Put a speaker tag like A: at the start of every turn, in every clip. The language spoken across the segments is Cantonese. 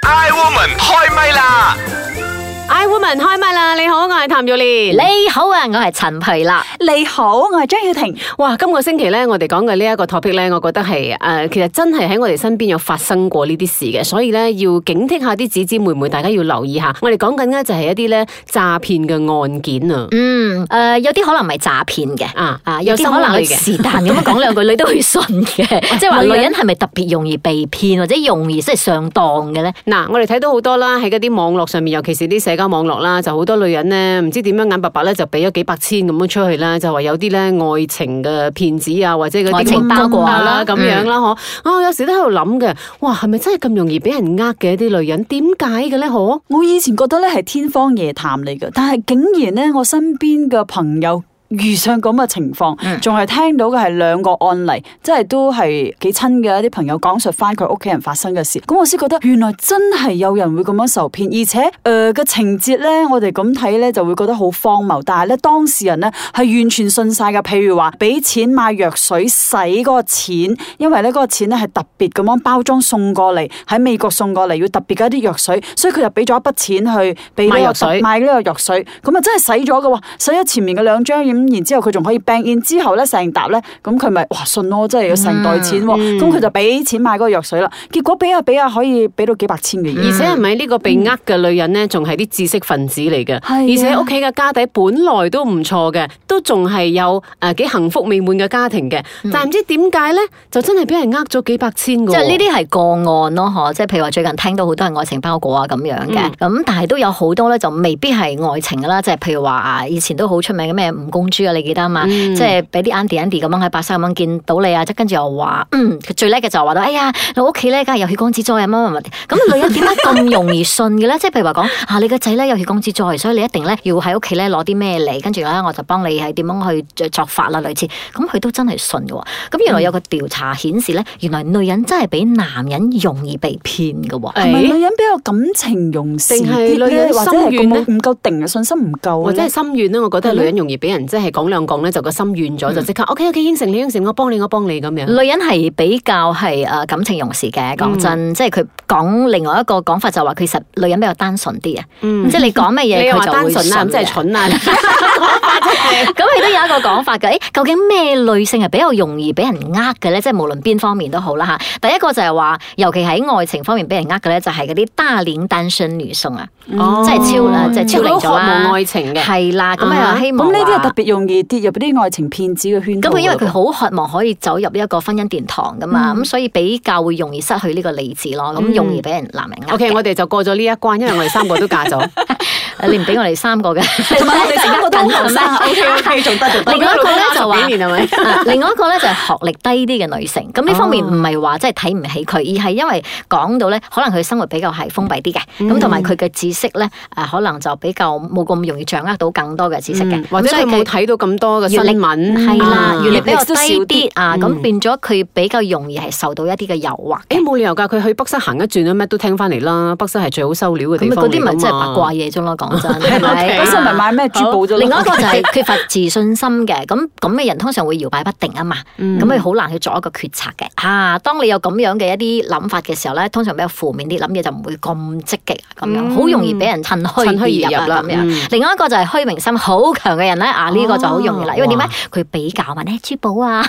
A: Iwoman 開唛啦！
B: I Woman 開唛啦！你好，我係譚玉蓮。
C: 你好啊，我係陳皮啦。
D: 你好，我係張曉婷。
B: 哇，今個星期咧，我哋講嘅呢一個 topic 咧，我覺得係誒、呃其實真係喺我哋身邊有發生過呢啲事嘅，所以咧要警惕下啲姊姊妹妹，大家要留意下。我哋講緊咧就係一啲咧詐騙嘅案件啊，
C: 嗯，誒、有啲可能唔係詐騙嘅。
B: 啊啊，
C: 有
B: 有
C: 啲
B: 心
C: 可能
B: 理
C: 佢
B: 嘅。
C: 是但咁樣講兩句，你都會信 嘅。即係話
B: 啊女
C: 女
B: 人
C: 人係咪特別容易被騙，或者容易即係上當嘅咧？
B: 嗱，我哋睇到好多啦，喺嗰啲網絡上面，尤其是啲社交網絡啦，就好多女人咧，唔知點樣眼白白咧就俾咗幾百千咁樣出去啦，就話有啲咧愛情嘅騙子啊，或者嗰啲
C: 愛情包裹啊
B: 啦咁
C: Ừ.
B: 樣啦，嗬、啊，有時都喺度諗嘅，哇，係咪真係咁容易俾人呃嘅啲女人？點解嘅咧？嗬？
D: 我以前覺得咧係天方夜譚嚟嘅，但係竟然咧我身邊嘅朋友。遇上咁嘅情況，仲係聽到嘅係兩個案例，即係都係幾親嘅一啲朋友講述翻佢屋企人發生嘅事，咁我先覺得原來真係有人會咁樣受騙，而且呃誒嘅、情節咧，我哋咁睇咧就會覺得好荒謬，但係咧當事人咧係完全信晒嘅，譬如話俾錢買藥水洗嗰個錢，因為咧嗰個錢咧係特別咁樣包裝送過嚟，喺美國送過嚟要特別嘅一啲藥水，所以佢就俾咗一筆錢去俾呢
B: 買藥
D: 個
B: 水
D: 特買呢個藥水，咁啊真係洗咗嘅喎，洗咗前面嘅兩張咁，然之後佢仲可以 bank in，之後咧成沓咧，咁佢咪哇信咯，真係有成袋錢喎，
B: 嗯
D: 咁佢、就俾錢買嗰個藥水啦，結果俾啊俾啊可以俾到幾百千嘅嘢，
B: 而且係咪呢個被呃嘅女人呢？仲係啲知識分子嚟嘅，
D: 係啊
B: 而且屋企嘅家底本來都唔錯嘅，都仲係有誒幾幸福美滿嘅家庭嘅，但係唔知點解呢，就真係俾人呃咗幾百千嘅喎。
C: 即係呢啲係個案咯，嗬！即係譬如話最近聽到好多係愛情包裹啊咁樣嘅，咁、
B: 嗯
C: 但係都有好多咧就未必係愛情噶啦，即係譬如話啊，以前都好出名嘅咩吳公豬啊，你記得啊嘛？
B: 嗯
C: 即係俾啲 Andy Andy 咁樣喺白沙咁樣見到你啊，即係跟住又話，嗯，佢最叻嘅就話到，哎呀，你屋企咧梗係有血光之災啊，乜乜乜，咁女人點解咁容易信嘅咧？即係譬如話講啊，你個仔咧有血光之災，所以你一定咧要喺屋企咧攞啲咩嚟，跟住咧我就幫你係點樣去作法啦，類似，咁佢都真係信嘅喎。咁原來有個調查顯示咧，原來女人真係比男人容易被騙嘅喎。
D: 係咪
B: 誒
D: 女人比較感情用事
B: 定係
D: 啲
B: 女
D: 咧，
B: 人
D: 或者
B: 心
D: 係
B: 軟
D: 咁
B: 呢
D: 冇唔夠定嘅信心唔夠
B: 或者係
D: 咧？
B: 心軟啦，我覺得
D: 係
B: 女
D: 咯
B: 人容易俾人即係講兩講咧，就個心軟咗，就即刻 OK OK 應承你應承我幫你我幫你咁樣。
C: 女人係比較係誒感情用事嘅，講真，即係佢講另外一個講法就話，其實女人比較單純啲啊，
B: 嗯
C: 即係你講乜
B: 你
C: 嘢
B: 又
C: 佢
B: 話
C: 就
B: 單
C: 會
B: 純啦，
C: 信
B: 咁即係
C: 嘅
B: 蠢 啦。
C: 咁佢都有一個講法嘅，誒，究竟咩女性係比較容易俾人呃嘅咧？即係無論邊方面都好啦嚇。第一個就係話，尤其喺愛情方面俾人呃嘅咧，就係嗰啲大齡單身女性啊，
B: 哦
C: 即係超啦，即係超齡
B: 即係
C: 咗
B: 好渴
C: 啦
B: 望愛情嘅
C: 係啦，咁
B: 啊
C: 啊
B: 哈
C: 希望
D: 咁呢啲係
C: 話
D: 特別容易跌入啲愛情騙子嘅圈套
C: 咁
D: 㗎
C: 佢因為
D: 喎
C: 佢好渴望可以走入一個婚姻殿堂噶嘛，咁、所以比較會容易失去呢個理智咯，咁容易俾人男人呃
B: O
C: 嘅
B: K，我哋就過咗呢一關，因為我哋三個都嫁咗。
C: 你唔俾我哋三個嘅，同
D: 我哋三個都好後生，OK 啊 OK，仲得仲得
C: 另外一個咧就話
B: 幾年係咪？
C: 啊 另外一個咧就係學歷低啲嘅女性，咁呢方
B: 哦
C: 面唔係話即係睇唔起佢，而係因為講到咧，可能佢生活比較係封閉啲嘅，
B: 嗯
C: 咁同埋佢嘅知識咧，誒可能就比較冇咁容易掌握到更多嘅知識嘅
B: 嗯，或者
C: 咁所以
B: 佢冇睇到咁多嘅新
C: 閱歷
B: 聞，
C: 係啦，
B: 啊
C: 閱歷比較
D: 都少
C: 低啲
D: 啲
B: 嗯
C: 啊，咁變咗佢比較容易係受到一啲嘅誘惑。
B: 誒冇理由㗎，佢去北室行一轉咩都聽翻嚟啦。北室係最好收料嘅地
C: 咁啊
B: 方
C: 嗰
B: 嚟
C: 啲咪
B: 㗎
C: 真係
B: 嘛
C: 八卦嘢啫咯，講 真 係
B: OK
C: 咪？
D: 嗰時咪買咩珠寶咗咯
C: 另外一個就 係缺乏自信心嘅，咁咁嘅人通常會搖擺不定啊嘛，
B: 嗯
C: 咁佢好難去做一個決策嘅。啊，當你有咁樣嘅一啲諗法嘅時候咧，通常比較負面啲，諗嘢就唔會咁積極啊咁樣，好容易俾人趁虛
B: 嗯趁虛而
C: 而
B: 入
C: 入
B: 啦哦
C: 啦咁樣。另外一個就係虛榮心好強嘅人咧，啊呢個就好容易啦，因為點解佢比較嘛，咧珠寶 啊、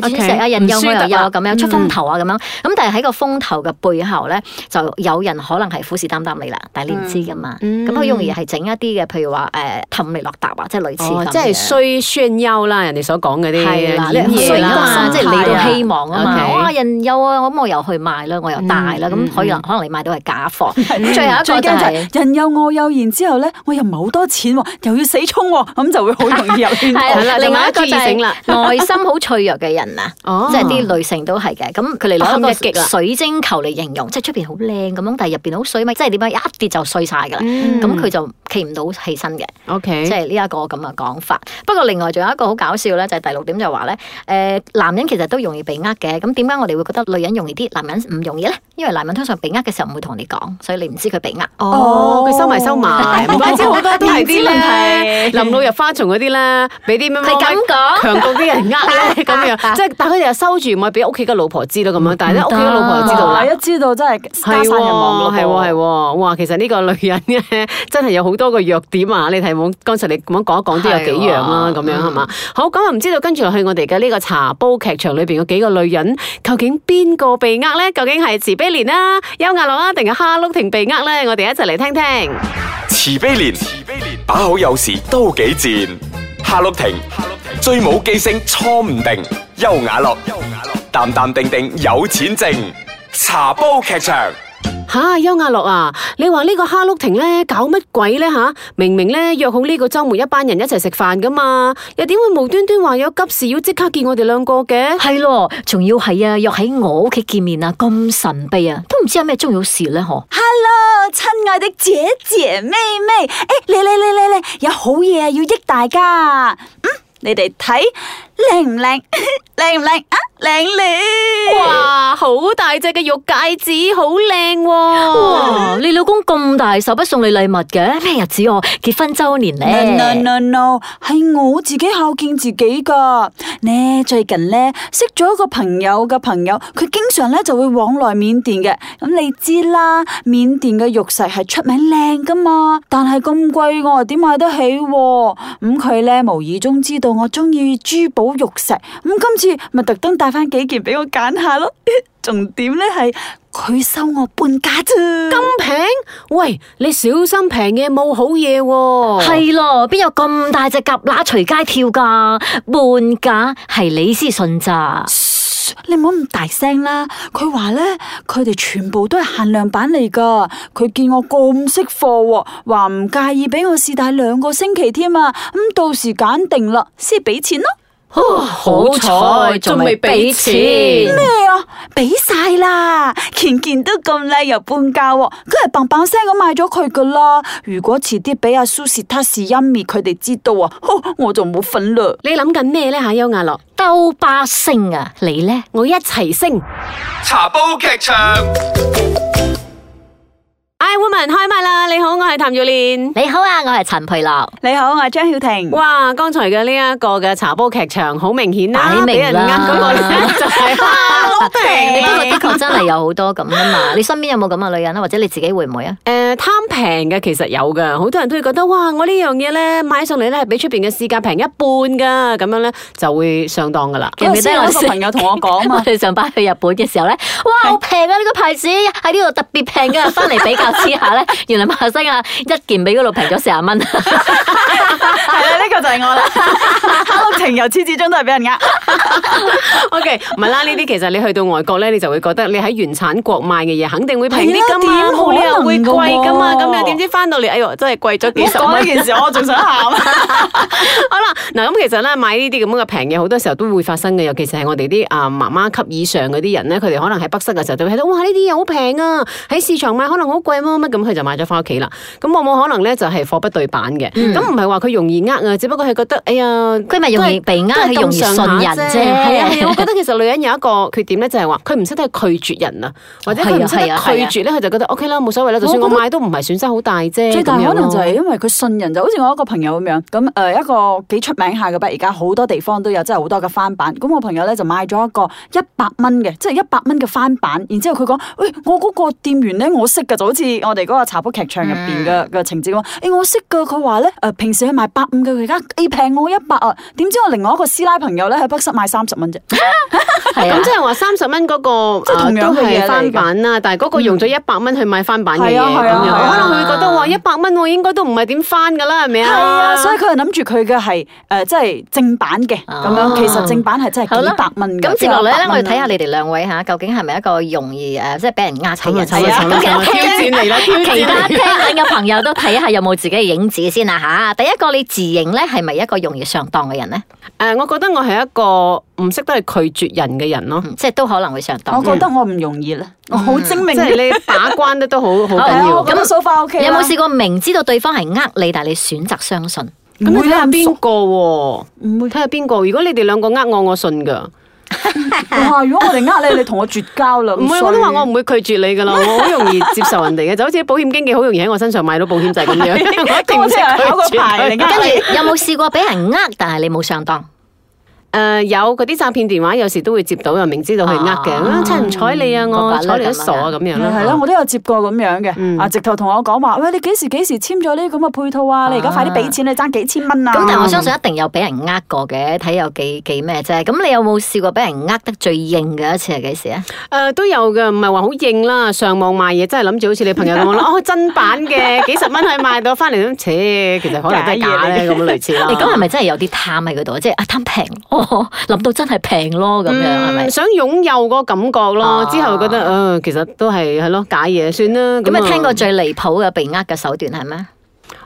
C: 鑽石啊，人有我又有咁樣
B: 嗯
C: 出風頭啊咁樣。咁但係喺個風頭嘅背後咧，就有人可能係虎視眈眈你啦，但係你唔知噶嘛。
B: 嗯
C: 咁好容易係整一啲嘅，譬如話誒氹你落搭啊，即係類似
B: 哦
C: 咁，
B: 即係
C: 樣
B: 衰炫優啦，人哋所講嗰啲
C: 係啦，你
B: 演
C: 衰
B: 嘢
C: 啊嘛，
B: 啦，
C: 即係你到希望啊嘛。
B: OK
C: 哇，人有啊，咁我又去買啦，我又帶啦，
B: 嗯
C: 咁可能可能你買到係假 貨。咁最後一
D: 最
C: 個
D: 驚
C: 就係
D: 就係人有我有，然之後咧，我又唔係好多錢喎，又要死衝喎，咁就會好容易有圈套。
B: 係啦啊
C: 係另外一個
B: 就
C: 就
B: 係
C: 係內心好脆弱嘅人啊。
B: 哦
C: 即係啲女性都係嘅，咁佢哋
B: 不堪一
C: 攞一
B: 擊
C: 個
B: 啦
C: 啊水晶球嚟形容，即係出邊好靚咁樣，但係入邊好水咪，即係點樣一跌就碎晒㗎啦。
B: 嗯
C: 咁佢就企唔到起身嘅，
B: OK，
C: 即係呢一個咁嘅講法。不過另外仲有一個好搞笑咧，就係第六點就係話咧，誒男人其實都容易被呃嘅，咁點解我哋會覺得女人容易啲，男人唔容易咧？因為男人通常被呃嘅時候唔會同你講，所以你唔知佢被呃。
B: 哦，佢收埋收埋， 唔怪之好多都係啲咧，
D: 面子問題
B: 林老入花叢嗰啲咧，俾啲咩
C: 係咁講
B: 強國啲人呃 咧咁樣，即係但係佢哋又收住，唔係俾屋企嘅老婆知咯咁樣，但係咧
C: 唔
B: 屋
C: 得
B: 企嘅老婆就知道啦
D: 哇。一知道真係加
B: 係
D: 晒
B: 喎，
D: 人望咯
B: 係喎，係
D: 喎。
B: 喎，哇！其實呢 個女人咧，真係有好多個弱點啊！你睇冇，剛才你咁樣講一講都有幾樣啦，
C: 係
B: 咁
C: 喎
B: 樣係
D: 嗯
B: 嘛？好，咁啊，唔知道跟住落去我哋嘅呢個茶煲劇場裏邊嗰幾個女人，究竟邊個被呃咧？究竟係慈悲蓮啦、優雅樂啦，定係哈碌婷被呃咧？我哋一齊嚟聽聽。
A: 慈悲蓮，慈悲蓮，把口有時都幾賤。夏綠庭，夏綠庭，最冇記性錯唔定。優雅樂，優雅樂，淡淡定定有錢剩。茶煲劇場。
B: 吓，邱亞樂啊，你話呢個哈碌婷咧搞乜鬼咧吓？明明咧約好呢個周末一班人一齊食飯噶嘛，又點會無端端話有急事要即刻見我哋兩個嘅？
C: 係咯，仲要係啊，約喺我屋企見面啊，咁神秘啊，都唔知有咩重要事咧，嗬。
D: Hello，親愛的姐姐妹妹，誒嚟嚟嚟嚟嚟，有好嘢啊要益大家啊！嗯，你哋睇靚唔 靚？靚唔靚啊？靚唔靚？
B: 哇，好大隻嘅玉戒指，好靚喎！
C: 哇！你老公咁大手筆送你禮物嘅，咩日子我結婚周年咧？
D: No no no no，係我自己孝敬自己噶。呢最近呢，識咗一個朋友嘅朋友，佢經常呢就會往來緬甸嘅。咁你知啦，緬甸嘅玉石係出名靚噶嘛，但係咁貴我又點買得起喎、咁佢呢無意中知道我中意珠寶玉石，咁今次咪特登帶翻幾件俾我揀下咯。 重點呢係佢收我半價啫。
B: 咁平？喂，你小心平嘢冇好嘢喎！
C: 係咯，邊有咁大隻蛤乸隨街跳噶？半價係你先信咋？
D: 你唔好咁大聲啦！佢話咧，佢哋全部都係限量版嚟噶。佢見我咁識貨喎，話唔介意俾我試戴兩個星期添啊！咁到時揀定啦，先俾錢咯。
C: 好
D: 咩啊？俾晒啦，件件都咁靚又半價喎，梗係砰砰聲咁買咗佢噶啦。如果遲啲俾阿蘇士塔士音滅佢哋知道啊，呵我就冇份啦。
B: 你諗緊咩咧？吓，邱亞樂，
C: 兜巴星啊！你呢？
B: 我一齊升。
A: 茶煲劇場。
B: I woman 開唛啦！你好，我係譚玉蓮。
C: 你好啊，我係陳佩樂。
D: 你好，我係張曉婷。
B: 哇！剛才嘅呢一個嘅茶煲劇場好明顯啦，
C: 擺明啦
B: 俾人呃嗰個咧就係哈碌
C: 不過
B: 平
C: 的確真係有好多咁噶嘛，你身邊有冇咁嘅女人啊？或者你自己會唔會啊？
B: 誒呃貪平嘅其實有㗎，好多人都會覺得哇！我呢樣嘢咧買上嚟咧係比出邊嘅市價平一半㗎，咁樣咧就會上當㗎 啦。
C: 記唔記得
D: 我
C: 我
D: 有個朋友同我講嘛
C: 我。哋上班去日本嘅時候咧，哇，好平啊！呢個牌子喺呢度特別平㗎。翻嚟比較之下咧，原來馬來西亞一件比嗰度平咗四十蚊。
D: 係啊啦，呢個就係 我啦。哈婷由始至終都係俾人呃。
B: O K，唔係啦，呢啲其實你去到外國咧，你就會覺得你喺原產國賣嘅嘢肯定會平啲㗎
D: 係
B: 嘛，
D: 啊啦點
B: 冇理由
D: 可能
B: 會貴㗎嘛。
D: 㗎喎
B: 咁你點知翻到嚟，哎呦，真係貴咗幾
D: 我
B: 十蚊
D: 講呢。件事，我仲想喊。
B: 好啦，嗱咁其實咧買呢啲咁樣嘅平嘢，好多時候都會發生嘅，尤其是係我哋啲啊媽媽級以上嗰啲人咧，佢哋可能喺北室嘅時候就會睇到，哇呢啲嘢好平啊，喺市場買可能好貴乜乜乜，咁佢就買咗翻屋企啦。咁往往可能咧就係貨不對版嘅，咁唔係話佢容易呃啊，只不過係覺得哎呀，
C: 佢咪容易被呃，佢容易信人
B: 係啊係啊，我
C: 啫。
B: 覺得其實女人有一個缺點咧，就係話佢唔識得去拒絕人啊，或者佢唔識得
C: 係啊係啊係啊
B: 拒絕咧，佢就覺得 O K 啦，冇所謂啦，就算我
D: 我覺得
B: 買都唔係損失好大啫。
D: 最大
B: 咁樣
D: 可能
B: 咯
D: 就係因為佢信人，就好似我一個朋友咁樣，咁誒、呃一個幾出名下嘅筆，而家好多地方都有，真係好多嘅翻版。咁我朋友咧就買咗一個一百蚊嘅，即係一百蚊嘅翻版。然之後佢講：，喂、我嗰個店員咧，我識㗎，就好似我哋嗰個茶煲劇場入邊嘅
C: 嗯
D: 嘅情節咁。誒、我識㗎，佢話咧誒，平時佢賣百五嘅，佢而家誒平我一百啊。點知我另外一個師奶朋友咧喺北室買三十蚊啫。
C: 係啊
B: 咁即。係話三十蚊嗰個
D: 即係同樣
B: 啊都
D: 嘅嘢嚟
B: 係
D: 嘅
B: 翻版啦，但係嗰個用咗一百蚊去買翻版嘅嘢
D: 係
B: 咁
D: 啊係啊
B: 樣，
D: 係啊
B: 可能佢會覺得話一百蚊我應該都唔係點翻㗎啦，係咪
D: 係
B: 啊？
D: 啊，所以佢係諗住佢嘅係誒，即係正版嘅
C: 啊
D: 咁樣。其實正版係真係幾百蚊啊㗎
C: 咁接落嚟咧，我哋睇下
D: 你。啊
C: 你哋兩位嚇，究竟係咪一個容易誒，即係俾人呃嘅人？
B: 慘啦慘啦慘啦啊
C: 咁其實
B: 挑戰嚟啦
C: 其他聽緊嘅朋友都睇下有冇自己嘅影子先啦啊吓。第一個你自認咧係咪一個容易上當嘅人咧？
B: 诶，我覺得我係一個唔識得去拒絕人嘅人咯，
C: 嗯即係都可能會上
D: 我
C: 當。
D: 覺得我唔容易啦，我好精明
B: 即
D: 嘅
B: 係你把關得都好好
C: 好
B: 緊要
D: 我。覺得
C: 咁
D: so far OK
C: 有
D: 啦
C: 冇試過明知道對方係呃你，但係你選擇相信？
B: 咁
D: 唔
B: 你
D: 會
B: 睇下
D: 啦
B: 邊個喎？
D: 唔會
B: 睇下邊個？如果你哋兩個呃我，我信噶。
D: 哇！如果我哋呃你，你同我絕交啦。
B: 唔係，
D: 咁
B: 我都話
D: 衰
B: 我唔會拒絕你噶啦，我好容易接受人哋嘅，就好似保險經紀好容易喺我身上買到保險就係咁樣，我 一定唔識
D: 咁我即係啊考個
B: 拒絕
D: 牌嚟
B: 佢
D: 㗎
C: 跟住有冇試過俾人呃，但係你冇上當？
B: 誒、有嗰啲詐騙電話，有時都會接到，又明知道佢呃嘅，啊
C: 啊
B: 真係唔睬你啊，
C: 嗰
B: 我
C: 個
B: 睬你都傻啊
C: 咁
B: 咁樣
D: 咪嗯係咯，
B: 啦。
D: 我都有接過咁樣
B: 嗯
D: 嘅，啊直頭同我講話，喂，你幾時幾時簽咗呢啲咁嘅配套啊？你而家快啲俾錢，你爭幾千蚊啊！
C: 咁但係我相信一定有俾人呃過嘅，睇有幾幾咩啫。咁你有冇試過俾人呃得最應嘅一次係幾時啊？
B: 誒、都有嘅，唔係話好應啦。上網買嘢真係諗住好似你朋友咁樣啦，哦真版嘅幾十蚊可以買到，翻嚟咁，切其實可能都係假咧，咁類似啦。
C: 你咁係咪真係有啲貪喺嗰度？即係啊貪平，哦諗到真係平咯咁樣係咪
B: 嗯？想擁有嗰個感覺咯
C: 啊，
B: 之後覺得誒、嗯其實都係係咯假嘢，算啦。
C: 咁
B: 啊
C: 啊，聽過最離譜嘅被呃嘅手段係咩？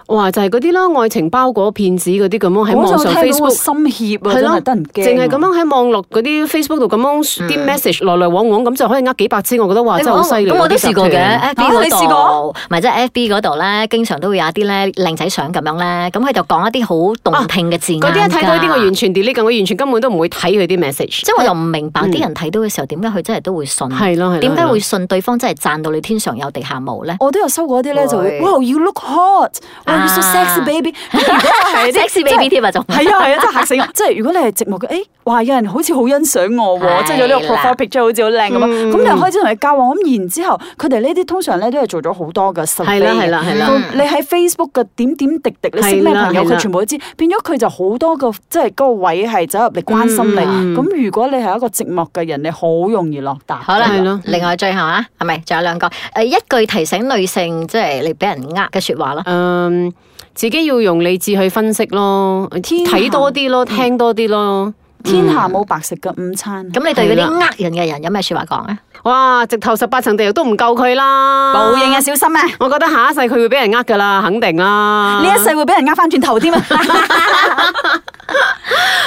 B: 哇，就係嗰啲啦，愛情包裹騙子嗰啲咁樣喺
D: 我
B: 網
D: 就
B: 上
D: 聽到
B: Facebook。
D: 我心怯啊，
B: 係
D: 真
B: 咯
D: 係得人驚。
B: 淨係咁。樣喺網絡嗰啲 Facebook 度咁樣啲 message 來來往往咁就可以呃幾百千，我覺得哇真係好犀利。
C: 嗯咁我都試過嘅
B: 呢
C: ，FB
D: 啊
C: 嗰
D: 你
C: 度，
D: 試過
C: 咪即係 FB 嗰度咧，經常都會有一啲咧靚仔相咁樣咧，咁佢就講一啲好動聽嘅字眼
B: 個團嗰啲一睇到呢啲，我
C: 㗎
B: 完全 delete 㗎我完全根本都唔會睇佢啲 message。
C: 即係我就唔明白啲人睇到嘅時候，點解佢真係都會信？
B: 係咯係咯
C: 點解會信對方真係讚到你天上有地下無咧？
D: 我都有收過一啲咧，就會
C: 會
D: 哇，you look hot，哇，you so
C: 啊
D: sexy baby。咁如果係
C: sexy
D: 真
C: baby
D: 係
C: 添啊，仲
D: 係啊係啊，真係嚇死我！ 即係如果你係寂寞嘅，誒，哇，有人好似好欣賞我
C: 係啦
D: 喎，即係有呢個 profile picture 好似好靚咁啊，
B: 嗯
D: 咁你又開始同佢交往，咁然之後佢哋呢啲通常咧都係做咗好多嘅 s u
B: 係啦係啦係啦
D: 到你喺 Facebook 嘅點點滴滴，你識咩
B: 係啦
D: 朋友
B: 係啦
D: 佢全部都知，變咗佢就好多個即係嗰個位係走入嚟關心
B: 嗯
D: 你。咁如果你係一個寂寞嘅人，你好容易落搭。
C: 好
B: 係咯
C: 啦，另外最後啊，係咪仲有兩個？誒，一句提醒女性即係你俾人呃嘅説話咯。
B: 嗯，自己要用理智去分析咯，
C: 啊
D: 天
B: 睇多啲
C: 嗯
B: 咯，聽多啲咯。
D: 天下冇白食嘅午餐。
C: 咁你對嗰啲呃人嘅人有咩説話講咧？
B: 哇，直頭十八層地獄都唔夠佢啦！
D: 報應啊，！小心啊！
B: 我覺得下一世佢會俾人呃㗎啦，肯定啦。
D: 呢一世會俾人呃翻轉頭添啊！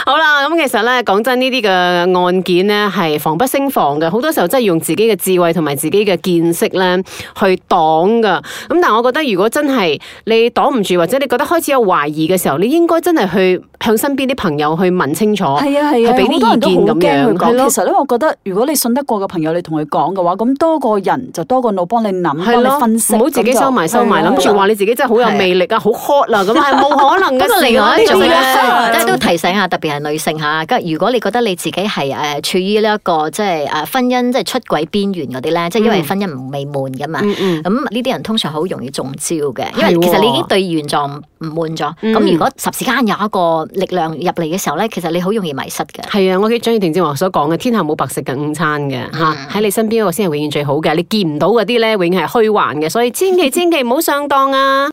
B: 好啦，咁其實咧，講真呢啲嘅案件咧係防不勝防嘅，好多時候真係用自己嘅智慧同埋自己嘅見識咧去擋噶。咁但係我覺得如果真係你擋唔住，或者你覺得開始有懷疑嘅時候，你應該真係去向身邊啲朋友去問清楚，
D: 係啊係啊，
B: 係俾啲
D: 好多人都好
B: 意見咁
D: 驚
B: 樣，
D: 佢講
B: 係咯
D: 其實咧，我覺得如果你信得過嘅朋友，你同佢講嘅話，咁多個人就多個腦幫你諗，
B: 係
D: 幫你分析，
B: 咯，唔好自己
D: 咁就
B: 收埋收埋，諗住。話你自己真係好有魅力啊，好 hot 啦，咁係冇可能嘅
C: 咁啊，
B: 事
C: 另
B: 啊。
C: 外一種咧
D: 呢啲，
C: 即
D: 咧
C: 係都提醒下，特別係女性嚇。咁如果你覺得你自己係誒處於呢一個即係誒婚姻即係出軌邊緣嗰啲咧，即係因為婚姻唔未滿噶嘛。
B: 嗯嗯
C: 咁呢啲人通常好容易中招嘅，因
B: 係喎
C: 為其實你已經對現狀唔滿咗。咁如果霎時間有一個力量入嚟嘅時候咧，其實你好容易迷失嘅。
B: 係啊，我記得張雨婷正話所講嘅，天下冇白食嘅午餐嘅嚇，喺你身邊嗰個先係永遠最好嘅，你見唔到嗰啲咧，永遠係虛幻嘅，所以千祈千祈唔好上當啊！